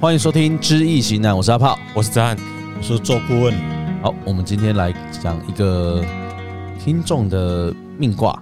欢迎收听《知易行难》，我是阿炮。我是子翰，我是做顾问，好，我们今天来讲一个听众的命卦，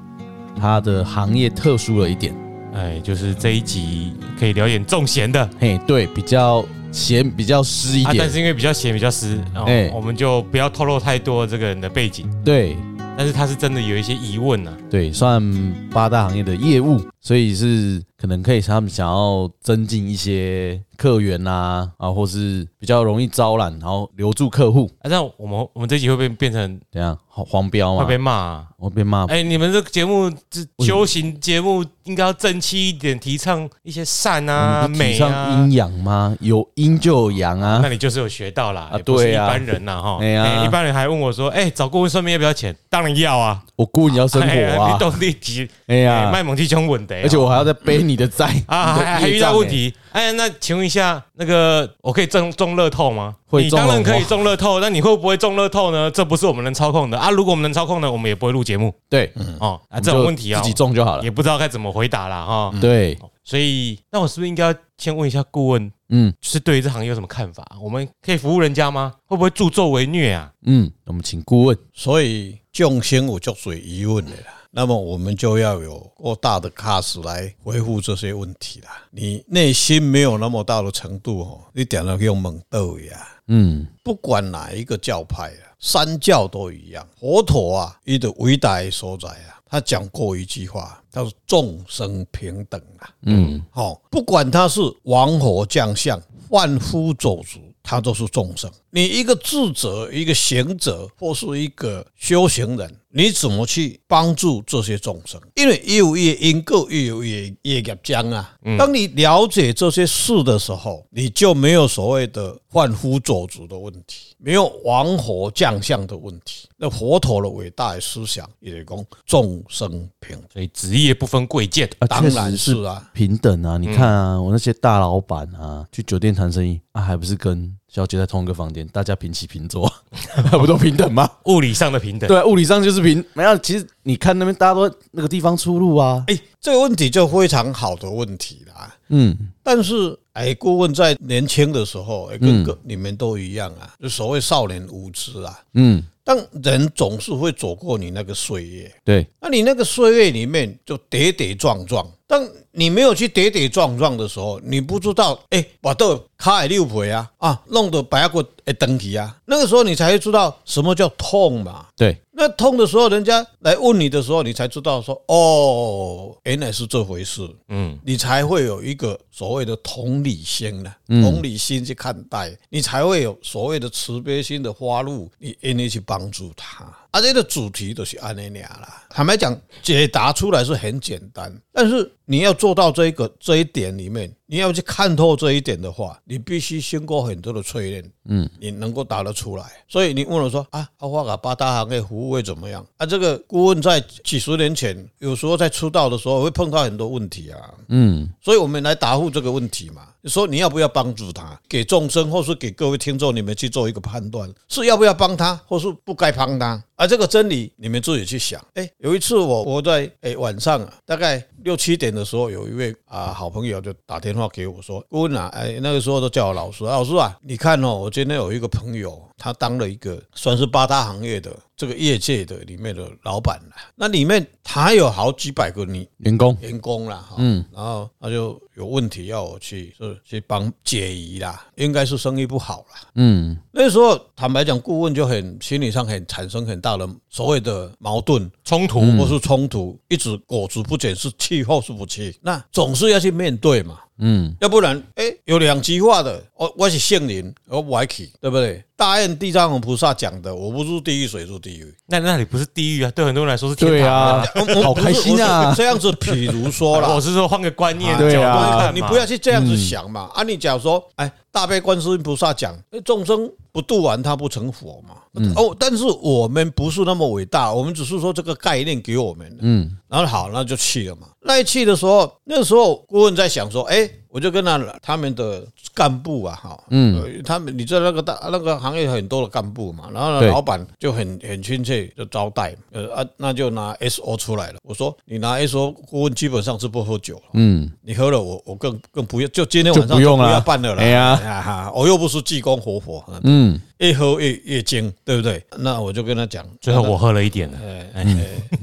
它的行业特殊了一点。哎，就是这一集可以聊点重咸的嘿，对，比较闲，比较湿一啊，点。但是因为比较咸比较湿，哦哎我们就不要透露太多这个人的背景，对但是他是真的有一些疑问啊呐、对，算八大行业的业务，所以是可能可以他们想要增进一些客源啊，啊，或是比较容易招揽，然后留住客户，啊。那、我们我们这集会不会变成怎样？黄黄标会嘛被，骂、啊？我被骂。哎、你们这个节目这修行节目应该要正气一点，提倡一些善啊、哎我们不嗯提美倡啊阴。阳吗？有阴就有阳啊那。你就是有学到啦，啊也不是对一啊般人呐哈。哎呀哎一般人还问我说：“哎，找顾问算命要不要钱？”当然要啊，我顾你要生哎活啊你！懂你急，哎呀哎，卖萌鸡胸稳的欸，而且我还要再背你的债啊，你的业还还遇障欸到问题。哎，那请问一下，那个我可以中中乐透吗？会你中当然哦可以中乐透，那你会不会中乐透呢？这不是我们能操控的啊！如果我们能操控呢，我们也不会录节目对，哦。啊，嗯我们这就种问题啊嗯自，己中就好了嗯也。不知道该怎么回答啦哈。哦对，所以，那我是不是应该先问一下顾问，嗯就是对于这行业有什么看法？啊我们可以服务人家吗？会不会助纣为虐啊？嗯，我们请顾问。所以众生有就属于疑问的啦。那么我们就要有过大的 cast 来回复这些问题啦。你内心没有那么大的程度哦，你点了用猛斗呀。嗯，不管哪一个教派啊，三教都一样。佛陀啊，一的伟大的所在啊，他讲过一句话，他说众生平等啊。嗯，好、不管他是王侯将相、贩夫走卒，他都是众生。你一个智者、一个行者或是一个修行人，你怎么去帮助这些众生？因为业有业因果，业有业业业将啊。嗯当你了解这些事的时候，你就没有所谓的贩夫走卒的问题，没有王侯将相的问题。那佛陀的伟大的思想也是讲众生平等，所以职业不分贵贱，啊，当确然实是是啊。平等嗯啊。你看啊，我那些大老板啊，去酒店谈生意啊，还不是跟小姐在同一个房间，大家平起平坐， 还不都平等吗？物理上的平等。对啊，物理上就是平。没有，其实你看那边大家都在那个地方出入啊。哎、这个问题就非常好的问题啦。嗯，但是，哎，顾问在年轻的时候，哎，跟个你们都一样啊，就所谓少年无知啊。嗯，但人总是会走过你那个岁月，对，那你那个岁月里面就跌跌撞撞。当你没有去跌跌撞撞的时候，你不知道，哎、把豆卡海六回啊啊，弄得白骨哎登体啊，那个时候你才会知道什么叫痛嘛。对，那痛的时候，人家来问你的时候，你才知道说，哦，原来是这回事。嗯，你才会有一个所谓的同理心呢、同理心去看待，你才会有所谓的慈悲心的花路，你愿意去帮助他。啊，这个主题都是安尼俩啦。坦白讲，解答出来是很简单，但是你要做到这一个这一点里面，你要去看透这一点的话，你必须经过很多的淬炼，嗯，你能够答得出来。所以你问我说啊，阿花卡八大行业服务会怎么样？啊，这个顾问在几十年前，有时候在出道的时候会碰到很多问题啊，嗯，所以我们来答复这个问题嘛，说你要不要帮助他，给众生或是给各位听众，你们去做一个判断，是要不要帮他，或是不该帮他。啊，这个真理你们自己去想。哎，有一次我我在哎晚上啊，大概六七点的时候，有一位啊好朋友就打电话给我说，顾问啊，哎那个时候都叫我老师，啊老师啊，你看哦，我今天有一个朋友，他当了一个算是八大行业的这个业界的里面的老板了、那里面他有好几百个你员工，员工啦，哈，嗯，然后他就有问题要我去，是去帮解疑啦，应该是生意不好啦。嗯，那时候坦白讲，顾问就很心理上很产生很大的所谓的矛盾冲突。嗯或是冲突，一直裹足不前，是气后是不气，那总是要去面对嘛，嗯，要不然，哎、有两极化的，我我是圣人，我不爱去，对不对？大愿地藏王菩萨讲的，我不入地狱，谁入地狱？那那里不是地狱啊，对很多人来说是天对堂啊，好开心不是我啊是！这样子，比如说 啦，我是说换个观念角对度啊嗯看嘛你不要去这样子想嘛。啊，你假如说，哎，大悲观世音菩萨讲，哎众生不度完，他不成佛嘛。嗯哦，但是我们不是那么伟大，我们只是说这个概念给我们。嗯，然后好，那就去了嘛。那一去的时候，那时候顾问在想说，哎。我就跟他他们的干部啊，哈，嗯，他们你知道那个大那个行业很多的干部嘛，然后呢对老板就很很亲切就招待嘛，呃啊，那就拿 S O 出来了。我说你拿 S O 顾问基本上是不喝酒了，嗯，你喝了我我更更不要，就今天晚就上不用不了要办了啦。哎呀啊哈，我又不是济公活佛，嗯，越喝越越精，对不对？那我就跟他讲，最后我喝了一点了，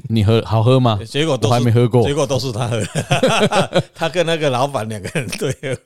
你喝好喝吗？结果都啊我是还没喝过结。果都是他喝 的，他跟那个老板两个人对喝。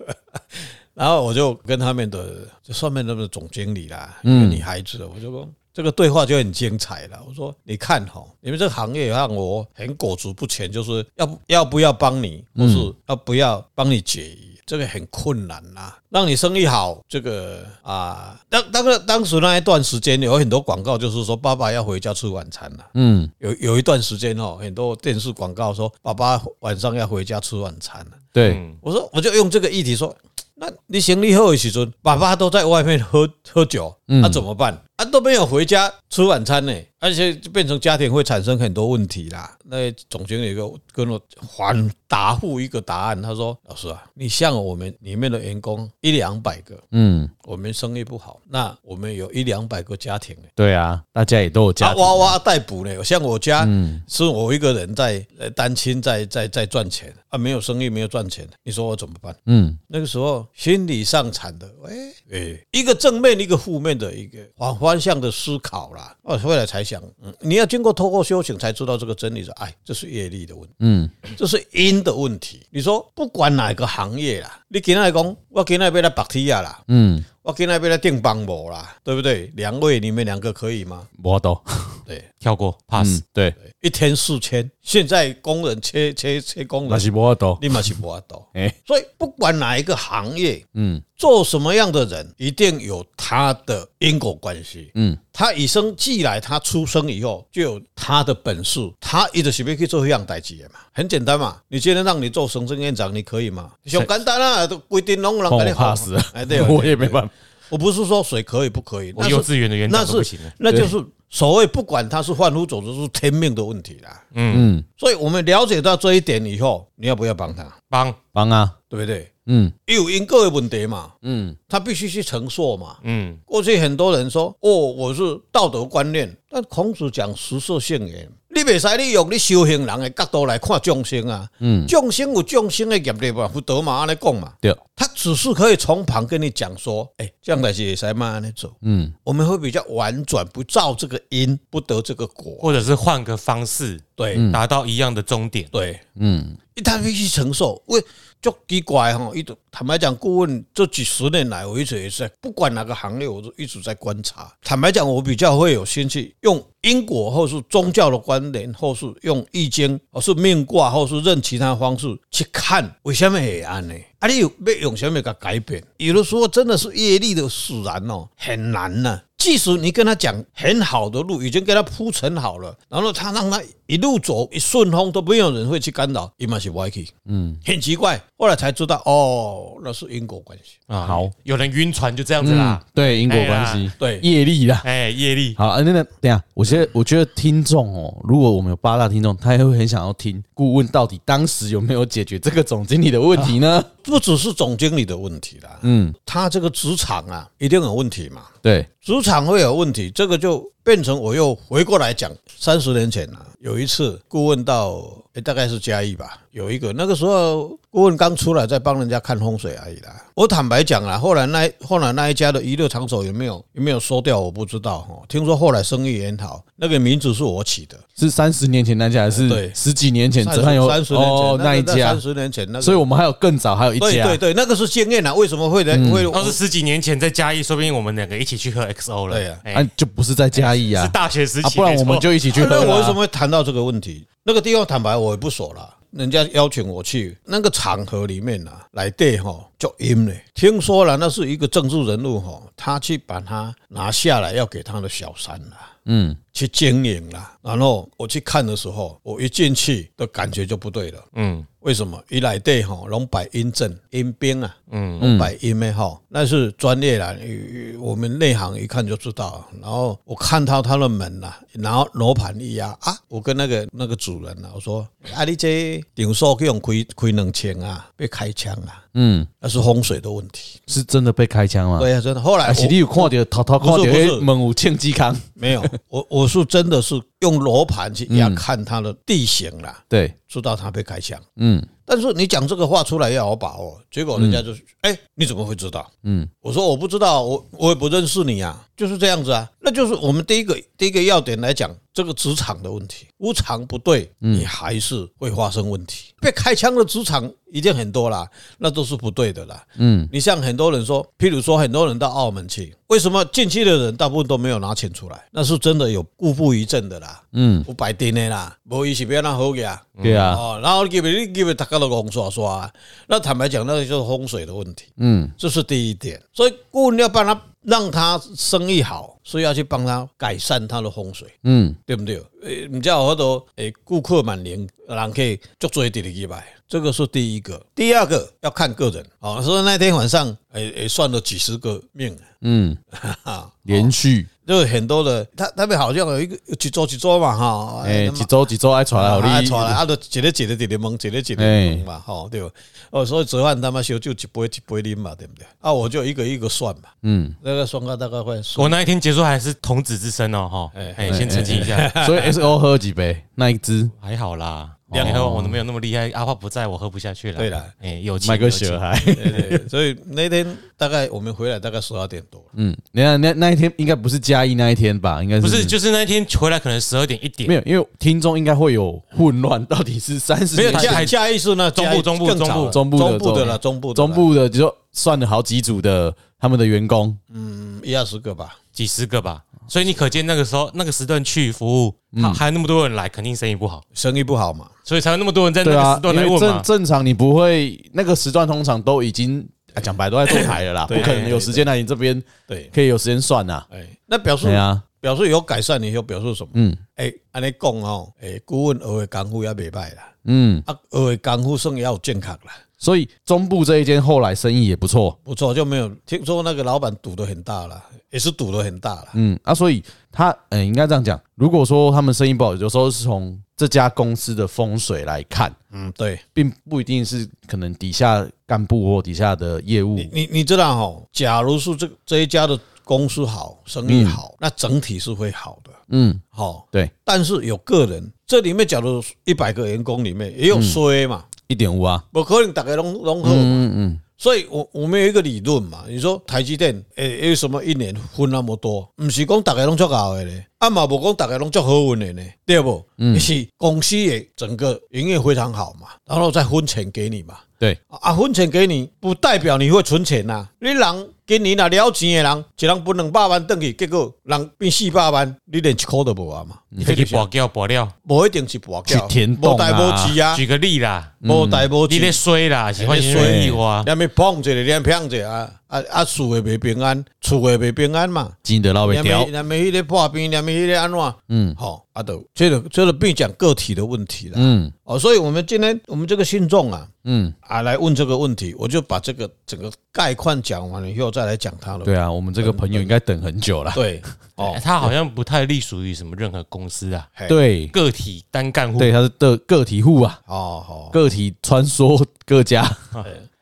然后我就跟他们的就上面那个总经理啦，嗯一个女孩子，我就说这个对话就很精彩了。我说你看哈、你们这个行业让我很裹足不前，就是要不要不要帮你，嗯或是要不要帮你解疑。这个很困难啦、让你生意好，这个啊，当当个当时那一段时间有很多广告，就是说爸爸要回家吃晚餐了、嗯，有有一段时间哦，很多电视广告说爸爸晚上要回家吃晚餐了。对，我说我就用这个议题说，那你行李后的时阵，爸爸都在外面喝喝酒，那、怎么办？啊都没有回家吃晚餐呢，而且就变成家庭会产生很多问题啦。那总经理跟我跟我还答复一个答案，他说：“老师啊，你像我们里面的员工一两百个，嗯，我们生意不好，那我们有一两百个家庭、欸。”对啊，大家也都有家啊，庭，嗯哇哇逮捕呢，像我家、是我一个人在呃单亲在在在赚钱啊，没有生意没有赚钱，你说我怎么办？嗯，那个时候心理上产的，哎、哎、一个正面一个负面的一个反方向的思考啦。哦，后来才想，嗯，你要经过透过修行才知道这个真理是，哎，这是业力的问题，嗯，这是因的问题。你说不管哪个行业啦，你今天讲，我今天要来白天啊啦，嗯，我今天要来定帮我啦，对不对？两位你们两个可以吗？我都，对。跳过 pass 嗯，。 对，一天四千，现在工人缺缺缺工那人，是我都，立马去不到。 哎，所以不管哪一个行业，嗯做什么样的人，一定有他的因果关系。嗯，他与生俱来，他出生以后就有他的本事，他一直是要去做一样代志的嘛，很简单嘛。你今天让你做行政院长，你可以吗？很简单啊，都规定拢有人帮给你我好 pass 哦了哎，对， 我也没法。办法，我不是说谁可以不可以，我那是幼稚园的园那长都不是行了。那就是所谓不管他是贩夫走卒是天命的问题啦。嗯，所以我们了解到这一点以后，你要不要帮他，帮帮啊，对不对？嗯有因果的问题嘛，嗯，他必须去承受嘛。嗯，过去很多人说，哦，我是道德观念，但孔子讲实色性也，你袂使你用你修行人的角度来看众生啊，嗯，众生有众生的业力嘛，佛德嘛安尼讲嘛，对，他只是可以从旁跟你讲说，哎、这样代志也使慢安尼走，嗯我们会比较婉转，不造这个因，不得这个果，或者是换个方式对、达到一样的终点。对。嗯，他必须承受，为就奇怪哈，一直坦白讲，顾问这几十年来，我一直也是在不管哪个行业，我都一直在观察。坦白讲，我比较会有兴趣用因果或是宗教的关联，或是用易经，或是命卦，或是任其他方式去看为什么会安呢？啊，你有要用什么给它改变？有的时候真的是业力的使然哦，很难呐、即使你跟他讲很好的路，已经给他铺陈好了，然后他让他一路走一顺风，都没有人会去干扰，伊嘛是歪去，嗯，很奇怪。后来才知道，哦，那是因果关系。啊嗯好，有人晕船就这样子嗯啦。，对，因果关系，哎对业力啦。哎，业力，好，啊那那等一下，我觉得我觉得听众哦，如果我们有八大听众，他也会很想要听顾问到底当时有没有解决这个总经理的问题呢？不只是总经理的问题啦，啊嗯，他这个职场啊，一定有问题嘛。对，职场会有问题，这个就变成我又回过来讲，三十年前啊，有一次顾问到、诶大概是嘉义吧，有一个那个时候顾问刚出来，在帮人家看风水而已啦。我坦白讲啦，啊后来那后来那一家的娱乐场所有没有有没有收掉，我不知道哦。听说后来生意也很好，那个名字是我起的，是三十年前那家，还是对十几年前？三泽汉有三十年前、哦那一家三，十年前那个，所以我们还有更早，还有一对家嗯对，对，那个是经验啊。为什么会来、会要是十几年前在嘉义，说不定我们两个一起去喝 XO 了。对啊哎啊，就不是在嘉义啊是，大学时啊，哎期，不然没我错们就一起去那喝我为什了啊。么会谈到这个问题？那个地方坦白我也不说了，人家邀请我去那个场合里面呢、啊，来对哈就阴嘞。听说了，那是一个政治人物哈，他去把他拿下来，要给他的小三了、啊嗯，去经营啦。然后我去看的时候，我一进去的感觉就不对了。嗯为什么？伊内底吼，拢摆阴阵、阴兵啊，嗯，拢摆阴的吼，那是专业啦，与与我们内行一看就知道。然后我看到他的门啦、然后罗盘一压啊，我跟那个那个主人啊，我说啊，你这场所去用开开两枪啊，被开枪啊，嗯，那是风水的问题。是真的被开枪吗？对啊，真的。后来还是你我有看到偷偷看到不是不是诶，门有庆基康？没有，我我是真的是用罗盘去压看他的地形啦，对，知道他被开枪。嗯但是你讲这个话出来要有把握，结果人家就是，哎、你怎么会知道？嗯，我说我不知道，我我也不认识你啊，就是这样子啊。那就是我们第一个第一个要点来讲，这个职场的问题，无常不对，嗯你还是会发生问题。被开枪的职场一定很多啦，那都是不对的啦。嗯，你像很多人说，譬如说很多人到澳门去，为什么进去的人大部分都没有拿钱出来？那是真的有固步一阵的啦，嗯，有摆定的啦，无伊是要那好个啊。对啊，哦，然后你给不你给不大家都红刷刷啊，那坦白讲，那就是风水的问题，嗯这是第一点。所以顾问要帮他让他生意好，所以要去帮他改善他的风水，嗯，对不对？诶，你知道好多诶哎顾客满零，人可以足做一点礼拜，这个是第一个。第二个要看个人哦，所以那天晚上诶诶算了几十个命 嗯，啊，连续就是很多的，他他们好像有一个一桌一桌嘛哈，诶，哎那么几哎周几周爱传来好啊，利，传来啊，都一个一个一个问，一个一个问嘛，吼对吧？哦，所以昨晚他妈烧酒一杯一杯啉嘛，对不对？啊，我就一个一个算嘛，嗯，那个算个大概会算我那一天结束还是童子之身哦，哈，哎，先澄清一下， 所以 S O 喝几杯那一支还好啦，哦两盒我都没有那么厉害，阿花不在我喝不下去了。对啦，哎，有情麦克有情小孩，对对所以那天大概我们回来大概十二点多，嗯，你看 那那一天应该不是嘉义那一天吧？应该不是，就是那一天回来可能十二点一点没，有，因为听众应该会有混乱，到底是三十没有年嘉前下下一次呢，中部嘉义中部更早了中部中部中部的了，中部的啦中部的，就说算了好几组的他们的员工，嗯一二十个吧，几十个吧。所以你可见那个时候那个时段去服务，嗯好还有那么多人来，肯定生意不好，生意不好嘛，所以才有那么多人在那对个啊时，段因来为问正嘛。正常你不会那个时段，通常都已经啊讲 白都在坐台了啦，不对可能有时间啊来你这边对，可以有时间算呐，哎，那表示对啊，表示有改善，以后表示什么？嗯哎，安尼讲哦，哎，顾问学的功夫也袂歹啦，嗯，啊，学的功夫算也有健康啦。所以中部这一间后来生意也不错，不错，就没有听说那个老板赌的很大了，也是赌的很大了。嗯啊，所以他嗯、应该这样讲，如果说他们生意不好，有时候是从这家公司的风水来看。嗯，对并不一定是可能底下干部或底下的业务你，你你知道哈，假如是这这一家的公司好，生意好，那整体是会好的。嗯，好，对，但是有个人，这里面假如一百个员工里面也嗯有衰嘛，一点五啊，不可能大家拢拢好。嗯嗯所以我我们有一个理论嘛，你说台积电诶，为什么一年分那么多？不是讲大家拢足好的呢，啊嘛无讲大家拢足好运的呢，对不？嗯，是公司的整个营业非常好嘛，然后再分钱给你嘛。嗯，对，啊，分钱给你，不代表你会存钱呐、你人今年若了钱的人，一人分两百万回去，结果人变四百万，你连一块都无啊嘛。你可以保掉保掉。无一定是博去田洞啊嗯无代无志啊，哎举个例啦，无代无你志啊咧。衰啦，喜欢你在衰衰意啊哇，连咪碰者，连碰者啊啊啊！厝也袂平安，厝也袂平安嘛。金德老尾连咪雕，连咪迄个破病，连咪迄个安怎？嗯吼，啊，都这个这个变讲个体的问题了。嗯哦，所以我们今天我们这个信众啊嗯，啊来问这个问题，我就把这个整个概况讲完了以后，再来讲他了。对啊，我们这个朋友应该等很久了，对，哦哎，他好像不太隶属于什么任何公司啊，嘿，对个体单干户。对，他是的个体户啊，哦好个体穿梭各家，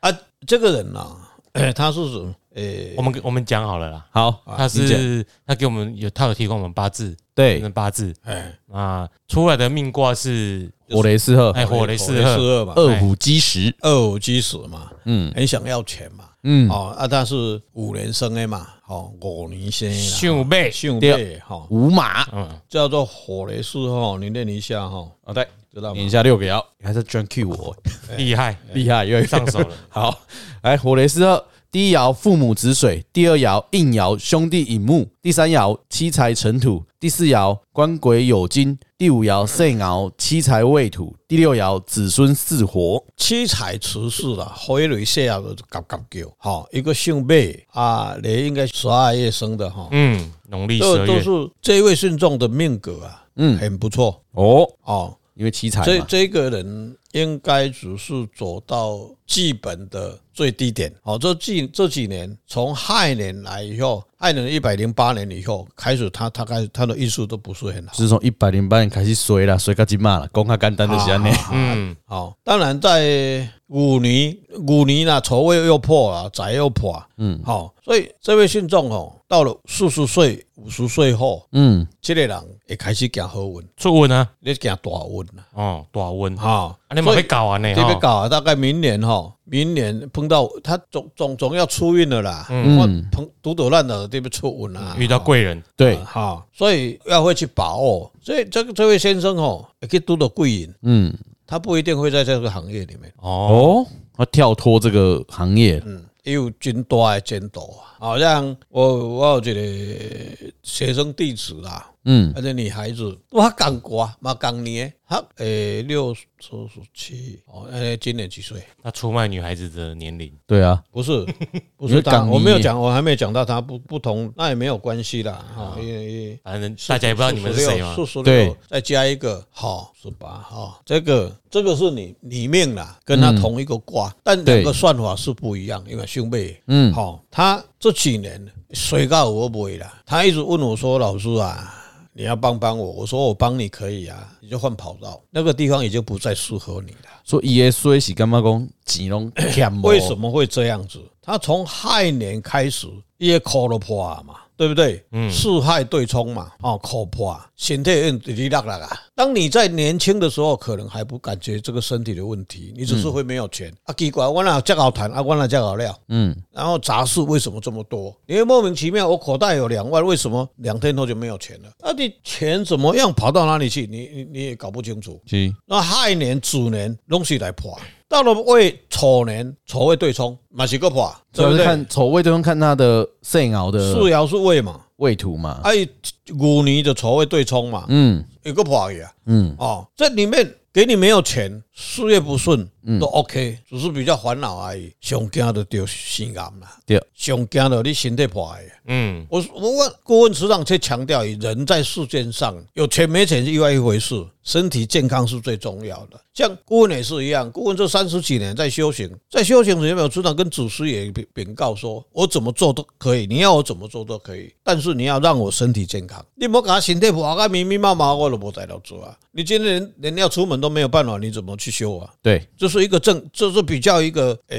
啊，这个人呐，哎他是什么？诶，我们我们讲好了啦， 好，他啊理解是他给我们有他有提供我们八字，那对，八字哎，哦啊出来的命卦是火雷四合，哎火雷四合，二嘛，二虎基石，二五基石嘛，嗯很想要钱嘛，嗯，哦啊，但是五年生的嘛，哦，五年生哎的秀妹啦，，兄弟哈，五马，嗯，叫做火雷士哈，你念一下哈，哦对，知道点吗？一下六个爻，还是专 Q 我，哎厉害， 厉害，越来越 上手了。好，来火雷斯二第一爻父母子水，第二爻应爻兄弟引木，第三爻七财成土，第四爻官鬼酉金，第五爻肾爻七财未土，第六爻子孙巳火。七彩瓷饰啦，回雷下啊，就是夹夹叫。好、一个姓贝啊，你应该十二月生的哈，嗯，农历十都二都月是这位信众的命格啊，嗯，很不错哦，哦。因为七财这嘛，这个人应该只是走到基本的最低点。哦，这几这几年从亥年来以后，亥年一百零八年以后开始他，他开始他的运势都不是很好就。是从一百零八年开始衰啦，衰到今嘛啦，讲较简单就是安尼。嗯，好、当然在五年五年啦，丑位又破了，宅又破，嗯，好、所以这位信众哦，到了四十岁、五十岁后，嗯，这个人会开始行好运，出温啊，你行大运啦，哦，大温，啊，哈、你嘛所以被搞啊呢，这边哦，搞啊，大概明年哈，明年碰到他总总总要出运了啦，嗯我碰独斗烂的这边出运啦，遇到贵人，对，哈、所以要会去把握，所以这个这位先生哦，也可以读到贵人，嗯，他不一定会在这个行业里面。哦，哦，他跳脱这个行业，也有真大的前途啊！好像我我有一个学生弟子啦，嗯，而且女孩子，我讲过啊，嘛讲年，她诶六十七哦，诶今年几岁？他出卖女孩子的年龄，对啊，不是，不你是是她，港泥我没有讲，我还没有讲到她不不同，那也没有关系啦，哈，因为反正哦大家也不知道你们是谁嘛，四十六对，再加一个好十八哈，这个这个是你你命啦，跟嗯他同一个卦，但两个对算法是不一样，因为兄妹，嗯好、他这几年水到我尾了，他一直问我说，老师啊。你要帮帮我，我说我帮你可以啊，你就换跑道，那个地方已经不再适合你了。所以伊的衰是干嘛讲钱拢欠无？为什？么会这样子？他从亥年开始，也口了破啊嘛，对不对？嗯，四亥对冲嘛，哦，口破，身体嗯滴啦啦啦。当你在年轻的时候，可能还不感觉这个身体的问题，你只是会没有钱、啊。奇怪，我哪这好谈啊，我哪这好料，嗯，然后杂事为什么这么多？你会莫名其妙，我口袋有两万，为什么两天后就没有钱了？那、你钱怎么样跑到哪里去？你你你也搞不清楚。是，那亥年、子年拢是来破，到了未丑年，丑未对冲，嘛是个破，主对要不是对？看丑位对方看他的肾爻四的爻是未嘛，位图嘛。哎、五年的丑未对冲嘛，嗯有个破去啊。嗯，哦，这里面给你没有钱，事业不顺，嗯都 OK，只是比较烦恼而已。上惊的就心癌啦，对，上惊的你身体破啊去。嗯，我我问顾问职场却强调，人在世间上有钱没钱是另外一回事，身体健康是最重要的。像顾问也是一样，顾问这三十几年在修行，在修行里面，有职场跟祖师也禀禀告说，我怎么做都可以，你要我怎么做都可以，但是你要让我身体健康。你莫给他身体不好，啊迷迷麻麻，我都不在了做啊。你今天连连要出门都没有办法，你怎么去修啊？对，这是一个正，这是比较一个呃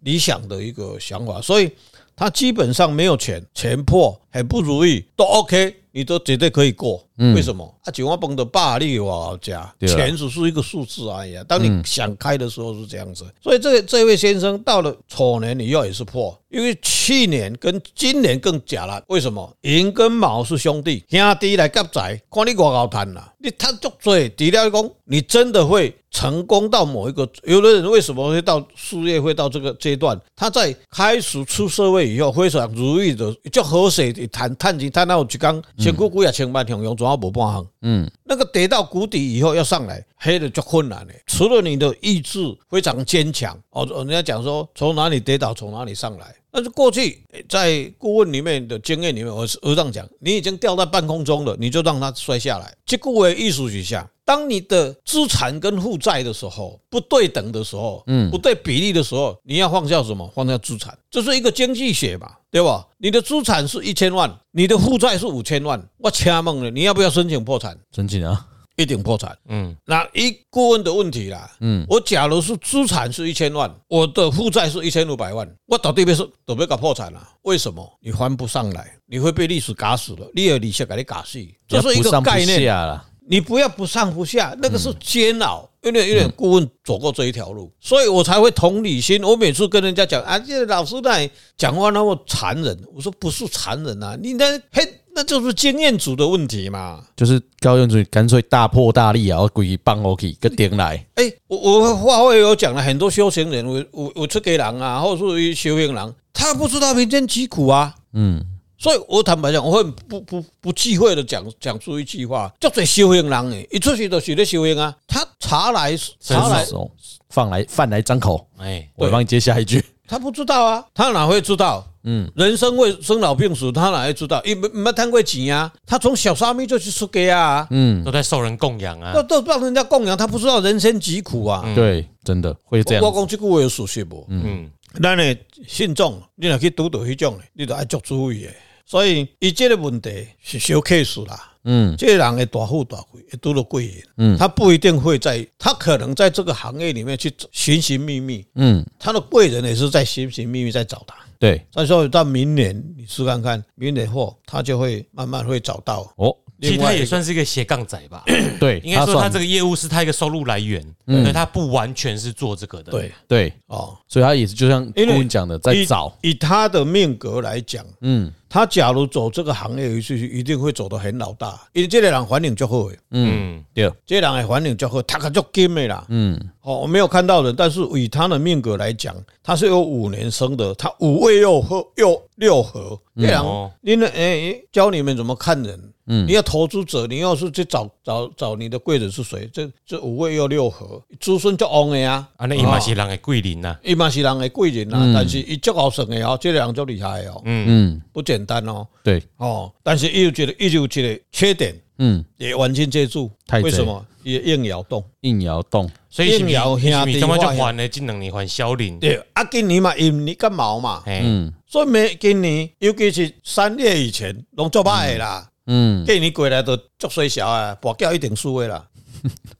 理想的一个想法，所以他基本上没有钱，钱破很不如意都 OK，你都绝对可以过。为什么？啊，九万崩的霸力哇家，嗯对啊钱只是一个数字而已啊。当你想开的时候是这样子，所以这这位先生到了丑年以后也是破，因为去年跟今年更假了。为什么？寅跟卯是兄弟，兄弟来夹财，看你多高谈啦，你贪足嘴，除了讲你真的会成功到某一个，有的人为什么会到事业会到这个阶段？他在开始出社会以后，非常如意的，就好势地赚赚钱，赚到有一天，辛苦几啊千万，向阳怎啊无半项？嗯，那个跌到谷底以后要上来，黑的就困难了。除了你的意志非常坚强，哦，人家讲说从哪里跌倒从哪里上来。但是过去诶在顾问里面的经验里面，我是我这样讲，你已经掉在半空中了，你就让它摔下来。这顾为艺术学下，当你的资产跟负债的时候不对等的时候，嗯，不对比例的时候，你要放下什么？放下资产，这是一个经济学嘛，对吧？你的资产是一千万，你的负债是五千万，我掐梦了，你要不要申请破产？真紧啊。一定破产。嗯，那一顾问的问题啦，嗯，我假如是资产是一千万，我的负债是一千五百万，我到底被是都被搞破产了、为什么？你还不上来，你会被历史嘎死了，利尔里下给你嘎死，这是一不个上不概念。下啦。你不要不上不下，那个是煎熬。嗯因为有点顾问走过这一条路，所以我才会同理心。我每次跟人家讲啊，这个老师在讲话那么残忍，我说不是残忍啊，你那嘿。那就是经验组的问题嘛。就是高彦祖干脆大破大立啊，鬼放我去个顶来，哎、我我话会有讲了，很多修行人，我我我出给人啊，或者是修行人，他不知道民间疾苦啊。嗯，所以我坦白讲，我会不不不忌讳的讲讲出一句话，叫做修行人诶，一出去都是在修行啊。他茶来茶来，手哦放来饭来张口，哎，我帮你接下一句。他不知道啊，他哪会知道？嗯，人生会生老病死，他哪会知道？也没没贪过钱啊，他从小沙弥就去出给啊，嗯，都在受人供养啊都，都让人家供养，他不知道人生疾苦啊。对，真的会嗯这样我子。讲这句话有属实无？嗯，咱的信众，你若去拄到迄种的，你就爱足注意的。所以，伊这个问题是小 case 啦。嗯这个人的大富大贵，会拄到贵人，嗯他不一定会在，他可能在这个行业里面去寻寻觅觅，嗯，他的贵人也是在寻寻觅觅在找他。对，所以说，到明年你试看看，明年后他就会慢慢会找到。哦，其实另他外一也个算是一个斜杠仔吧，对，应该说他算这个业务是他一个收入来源，所以他不完全是做这个的，，对对，哦，所以他也是就像顾因为问讲的，在以找。以他的命格来讲，嗯他假如走这个行业，一去一定会走得很老大，因为这个人环境就好的。嗯，对，这人的环境较好，他可足金的啦。嗯哦，我没有看到人，但是以他的命格来讲，他是有五年生的，他五位又合又六合。这人哦，你呢？诶、教你们怎么看人。嗯你要投资者，你要是去找找找你的贵人是谁？这这五位又六合，子孙就旺的呀、啊，那伊嘛是人啊的桂林呐，伊嘛是人的贵人啦、啊嗯但是伊足好算的哦，这个人足厉害的哦，嗯，嗯，不简单哦。对，哦，但是伊有一个，伊有一个缺点，嗯，也完全接住。太为贼什么？伊硬摇动。硬摇动，所以是不应是邀是不兄弟是根本就话呀还呢，近两年还小林，对，啊，今年嘛，因年感冒嘛，哎，嗯所以每今年，尤其是三月以前，拢做歹的啦。嗯，今年过来都足衰小啊，跋筊一定输的啦。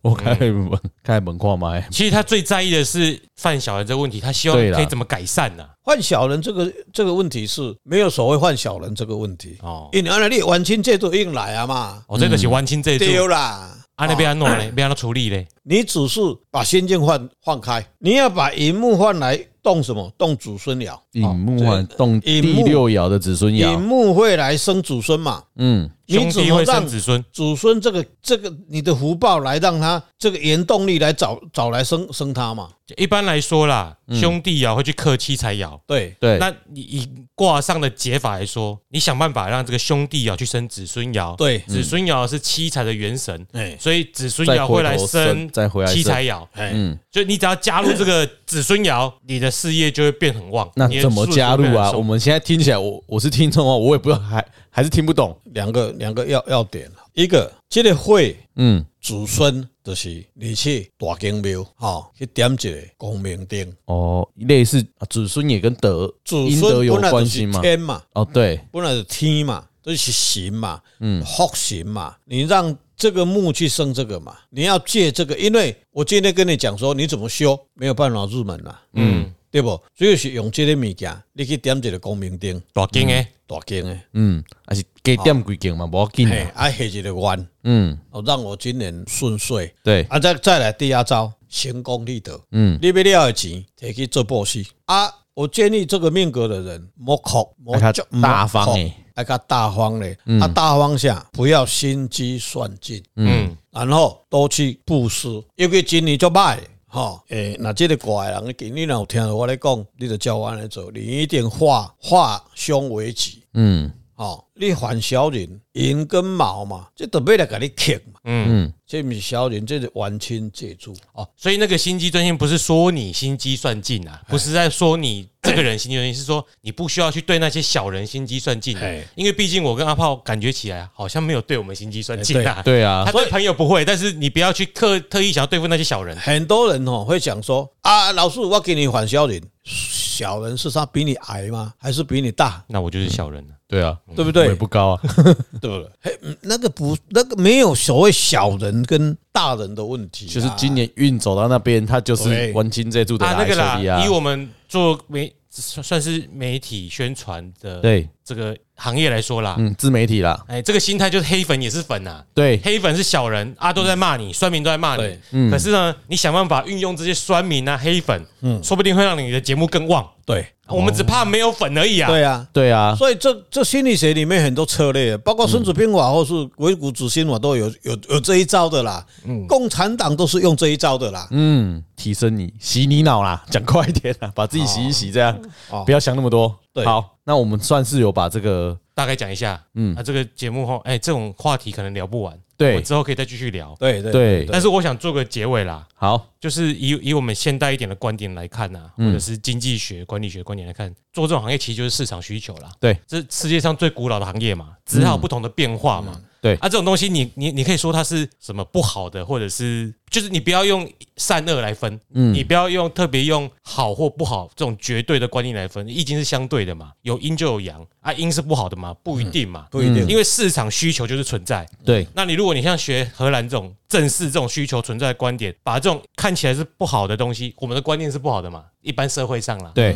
我开门开门看麦，其实他最在意的是犯小人这个问题，他希望对啦可以怎么改善啊呢？换小人这个这个问题是没有所谓换小人这个问题，哦，因为安尼你晚清这都硬来啊嘛，哦，这个是完清这一对组，啦。啊，哦那边安弄嘞，边安处理嘞，你只是把心境换换开，你要把银幕换来动什么？动祖孙哦爻，引木环动第引木六爻的子孙银爻，幕会来生祖孙嘛？嗯你兄怎弟么会让生子孙，祖孙这个这个你的福报来让他这个原动力来找找来生生他嘛？一般来说啦，兄弟啊爻会去克妻财爻。对，嗯对，那以以卦上的解法来说，你想办法让这个兄弟爻啊去生子孙爻，对嗯子孙爻是七财的元神，哎所以子孙再爻回会来头生再回来七生，财爻。哎，嗯，就你只要加入这个子孙爻，你的事业就会变很旺。那你的怎么顺加顺入会啊？很我顺们现在听起来，我我是听众哦，我也不知道还还是听不懂，两个两个要要点，一个这个会嗯祖孙就是你去大金庙吼、去点一个光明灯，哦，类似啊子孙也跟德祖阴德孙有本来就关系是吗？天嘛，哦，对，本来就是天嘛，这、就是神嘛，嗯，福神嘛，你让。这个木去生这个嘛，你要借这个，因为我今天跟你讲说，你怎么修没有办法入门啦、嗯对不？主要是用这个物件，你去点一个光明灯，大金诶，大经的，嗯，还是给点几件嘛，哦不要紧啊，嘿，啊，下一个弯，嗯，哦，让我今年顺遂。对，啊，再再来第二招，行功立德。嗯，你要了的钱，摕去做布施。啊，我建议这个命格的人，莫哭，莫要较足大方的，嗯爱较大方嘞。啊，大方下不要心机算尽，嗯，然后多去布施，因为今年就歹。吼，诶、那这个卦的人，今年若有听到我咧讲，你就照我安尼做，你一定化化凶为吉。嗯哦，你还小人银跟毛嘛，这都要来给你克嘛。嗯，这不是小人，这是完亲借助。哦，所以那个心机专心不是说你心机算尽啊，哎不是在说你这个人心机专心，是说你不需要去对那些小人心机算尽啊哎，因为毕竟我跟阿炮感觉起来好像没有对我们心机算尽啊。对啊他，对朋友不会，但是你不要去刻特意想要对付那些小人。很多人哦会讲说啊，老师，我给你还小人，小人是他比你矮吗？还是比你大？那我就是小人了。对啊，对不我也对？不高啊， 对不对？嘿嗯那个不，那个没有所谓小人跟大人的问题啊、就是今年运走到那边，他就是对文青这柱的啊，那来个手里啦，啊以，我们做媒算算是媒体宣传的对，这个行业来说啦，嗯，自媒体啦，哎，这个心态就是黑粉也是粉啊呐、对，黑粉是小人啊，都在骂你，酸民都在骂你对。嗯可嗯是呢，你想办法运用这些酸民啊、黑粉，说不定会让你的节目更旺。对我们只怕没有粉而已啊。对啊，哦对啊，所以这这心理学里面很多策略，包括《孙子兵法》或是鬼谷子心法都有有有这一招的啦。共产党都是用这一招的啦。嗯，提升你洗你脑啦，讲快一点啊啦，把自己洗一洗，这样哦不要想那么多。对好，那我们算是有把这个大概讲一下，嗯嗯，那这个节目后，哎，这种话题可能聊不完，我对们之后可以再继续聊。对对对但是我想做个结尾啦，好，就是以以我们现代一点的观点来看呐、嗯或者是经济学、管理学观点来看，做这种行业其实就是市场需求啦。对，这世界上最古老的行业嘛，只好有不同的变化嗯嘛。对啊，这种东西你你你可以说它是什么不好的，或者是就是你不要用善恶来分，嗯你不要用特别用好或不好这种绝对的观念来分，易经是相对的嘛，有阴就有阳啊，阴是不好的嘛，不一定嘛，嗯不一定因为市场需求就是存在，对，那你如果你像学荷兰这种正视这种需求存在的观点，把这种看起来是不好的东西，我们的观念是不好的嘛，一般社会上啦，对，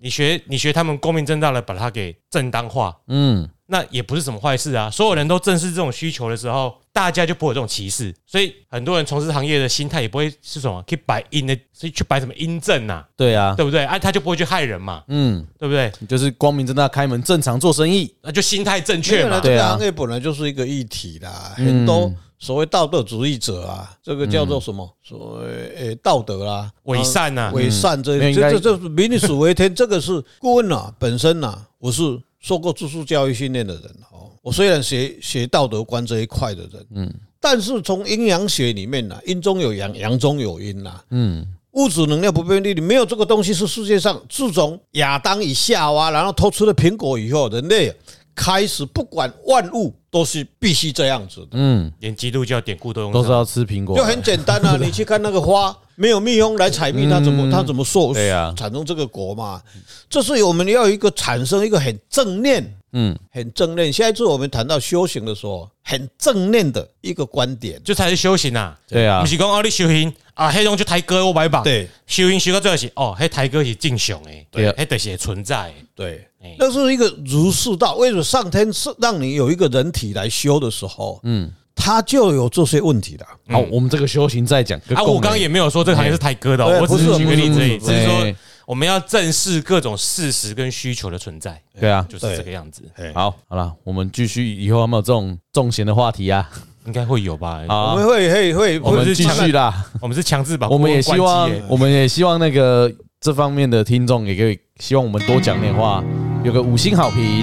你学你学他们光明正大的把它给正当化，嗯，那也不是什么坏事啊。所有人都正视这种需求的时候，大家就不会有这种歧视，所以很多人从事行业的心态也不会是什么去摆阴的，是去摆什么阴正呐、对啊，对不对？啊，他就不会去害人嘛，嗯，对不对？你就是光明正大开门，正常做生意。那就心态正因确为呢嘛。这对个啊行业本来就是一个议题啦，很多所谓道德主义者啊，这个叫做什么？所谓诶道德啦、伪善啊啊呐、伪善这没有应这该这这是民以属为天，这个是顾问啊本身呐、啊，我是受过知识教育训练的人哦。我虽然学学道德观这一块的人，嗯，但是从阴阳学里面呐、阴中有阳，阳中有阴呐、嗯，物质能量不变定律，没有这个东西是世界上自从亚当与夏娃，然后偷吃了苹果以后，人类开始不管万物都是必须这样子的，嗯，连基督教典故都用都上是要吃苹果就，很简单 啊。你去看那个花，没有蜜蜂来采蜜，它怎么它怎么受嗯对啊产生这个果嘛？这是我们要有一个产生一个很正念。嗯，很正念。下一次我们谈到修行的时候，很正念的一个观点。这才是修行啊。对啊不，是讲哦，你修行啊，迄种就抬高我摆榜。对修行修到最后是哦，迄抬高是正常诶，对迄就是会存在的。对哎，那是一个如是道。为什么上天是让你有一个人体来修的时候，嗯，他就有这些问题了。好，我们这个修行再讲。啊，我刚刚也没有说这个行业是抬高的哦，对我只不是嗯是举个例子而已，不只是是对说我们要正视各种事实跟需求的存在，对啊，就是这个样子，哎，好，好了，我们继续以后有没有这种重闲的话题啊？应该会有吧？好我啊们，会会会我们会继续啦。我们是强制把我们也顾问希关望机耶，我们也希望那个这方面的听众也可以，希望我们多讲点话，有个五星好评，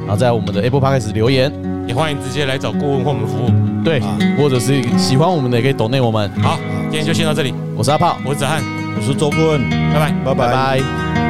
然后在我们的 Apple Podcast 留言，也欢迎直接来找顾问或我们服务。对，或者是喜欢我们的也可以 donate 我们。好，今天就先到这里，我是阿炮，我是子翰，我是周坤，拜拜。拜拜拜。拜。